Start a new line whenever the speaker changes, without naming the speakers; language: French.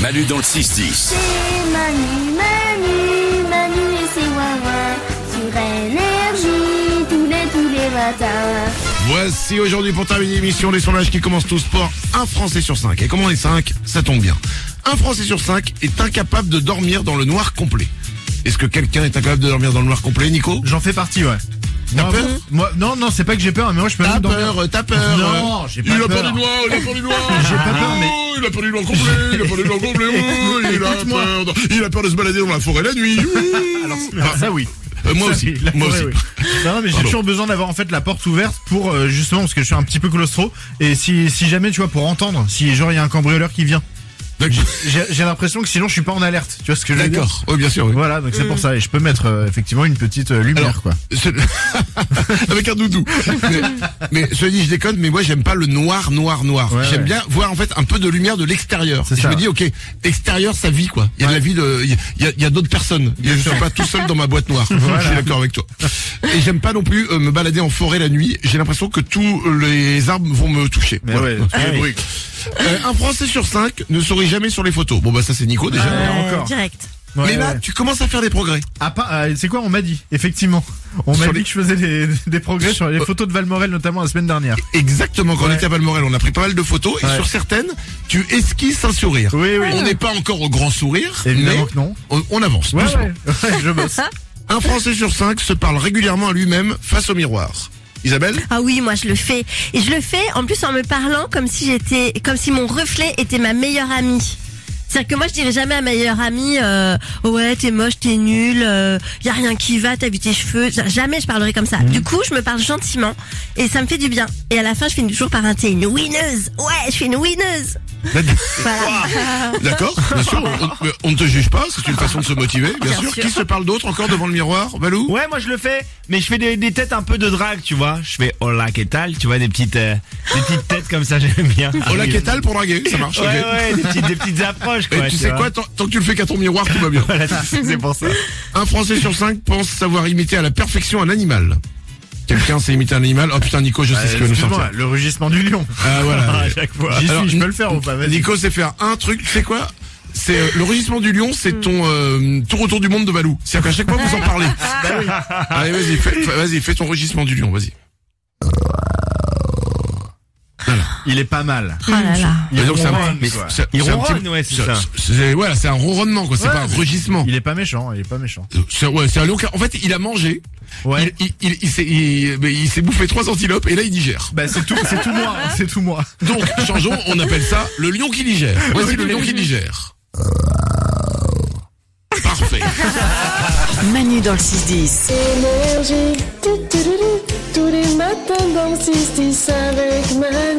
Manu dans le 6-10.
C'est Manu, Manu, Manu et ses Wawa sur énergie tous les tous les matins.
Voici aujourd'hui pour terminer l'émission les sondages qui commencent tout sport. Un Français sur cinq. Et comme on est cinq, ça tombe bien. Un Français sur cinq est incapable de dormir dans le noir complet. Est-ce que quelqu'un est incapable de dormir dans le noir complet, Nico
J'en fais partie, ouais.
T'as
Moi,
peur
bon, moi- non, non, c'est pas que j'ai peur, mais moi je peux
T'as
même dormir.
peur, euh, t'as peur.
Non,
euh,
j'ai pas
il a
peur.
du noir, il a peur du noir.
J'ai pas peur, mais-
Oh, Il a peur du noir complet, il a peur du noir complet. oh, il, a
Écoute-moi.
peur de... il a peur de se balader dans la forêt la nuit. ouh.
Alors,
Ah,
ça oui.
euh, moi
Ça,
aussi,
oui, la
moi
forêt,
aussi.
oui. Non, non, mais j'ai
Pardon.
toujours besoin d'avoir en fait la porte ouverte pour euh, justement parce que je suis un petit peu claustro et si si jamais tu vois pour entendre si genre il y a un cambrioleur qui vient
D'accord.
j'ai j'ai l'impression que sinon je suis pas en alerte tu vois ce que je veux dire
D'accord, oui, bien sûr. oui.
voilà donc c'est pour ça et je peux mettre euh, effectivement une petite euh, lumière
Alors,
quoi
C'est- Avec un doudou. Mais, mais je dis, je déconne, mais moi j'aime pas le noir, noir, noir.
Ouais,
j'aime
ouais.
bien voir en fait un peu de lumière de l'extérieur.
C'est
Je
ça.
me dis, ok, extérieur, ça vit quoi. Il y a de la vie de, il y a- il y a, il y a d'autres personnes. Je suis pas tout seul dans ma boîte noire. Je suis d'accord avec toi. Et j'aime pas non plus euh, me balader en forêt la nuit. J'ai l'impression que tous les arbres vont me toucher.
Mais ouais.
Donc, les
Ah oui.
bruits. Euh, un Français sur cinq ne sourit jamais sur les photos. Bon bah ça c'est Nico déjà.
Ouais,
Euh, encore.
Euh, direct.
Ouais,
mais là,
ouais.
tu commences à faire des progrès.
Ah, pas- ah, c'est quoi on m'a dit effectivement on m'a
Sur les-
dit
Euh,
que je faisais des, des progrès sur les photos de Valmorel notamment la semaine dernière
Exactement, quand on
Ouais.
était à Balmorel, on a pris pas mal de photos et
Ouais.
sur certaines, tu esquisses un sourire.
oui oui
On n'est pas encore au grand sourire,
évidemment
mais
que non
on, on avance.
ouais
doucement.
ouais, ouais je bosse
Un Français sur cinq se parle régulièrement à lui-même face au miroir. Isabelle
Ah oui, moi je le fais. Et je le fais en plus en me parlant comme si j'étais, comme si mon reflet était ma meilleure amie. C'est-à-dire que moi je dirais jamais à ma meilleure amie, euh, ouais t'es moche, t'es nul, euh, y a rien qui va, t'as vu tes cheveux. Jamais je parlerai comme ça. Du coup, je me parle gentiment et ça me fait du bien. Et à la fin, je finis toujours par un t'es une winneuse. Ouais, je suis une winneuse. Voilà.
D'accord, bien sûr, on, mais on ne te juge pas, c'est une façon de se motiver, bien, sûr. Qui se parle d'autre encore devant le miroir, Balou
Ouais, moi je le fais, mais je fais des, des têtes un peu de drague, tu vois. Je fais hola, qu'est-ce tal Tu vois, des petites, euh, des petites têtes comme ça, j'aime bien.
Oh
Ah,
la quétale pour draguer, ça marche.
Ouais,
ok.
ouais, des petites, des petites approches,
Et
quoi.
tu sais
vois.
quoi, tant, tant que tu le fais qu'à ton miroir, tout va bien.
Voilà, c'est c'est pour ça.
Un Français sur cinq pense savoir imiter à la perfection un animal. Quelqu'un sait imiter un animal Oh putain, Nico, je sais ce que nous sortir.
Euh, Excuse-moi, le rugissement du lion
Ah voilà.
À chaque fois.
J'y
Alors,
suis, je peux le faire ou pas Ah, Vas-y.
Nico sait faire un truc, tu sais quoi c'est euh, le rugissement du lion, c'est ton euh, tour autour du monde de Balou. C'est-à-dire qu'à chaque fois vous en parlez. Allez, vas-y, fais, fais- vas-y, fais ton rugissement du lion, vas-y.
Il est pas mal.
Oh là là.
Il
Et donc, c'est un
ronronne,
petit-
quoi.
c'est-
Il
c'est un
ronronne,
petit-
ouais, c'est
c'est-
ça.
c'est- Voilà, c'est un ronronnement, quoi. C'est
Ouais,
pas un
mais-
rugissement.
Il est pas méchant, il est pas méchant.
C'est- ouais, c'est un lion. qui a- En fait, il a mangé.
Ouais.
Il, il, il, il s'est, il- mais il s'est bouffé trois antilopes et là il digère.
Bah c'est tout, c'est tout moi, c'est tout moi.
Donc, changeons, on appelle ça le lion qui digère. Voici le lion qui digère. Parfait.
Manu dans le 6-10.
Énergie, tu, tu, tu, tu, tous les matins dans le 6-10 avec Manu.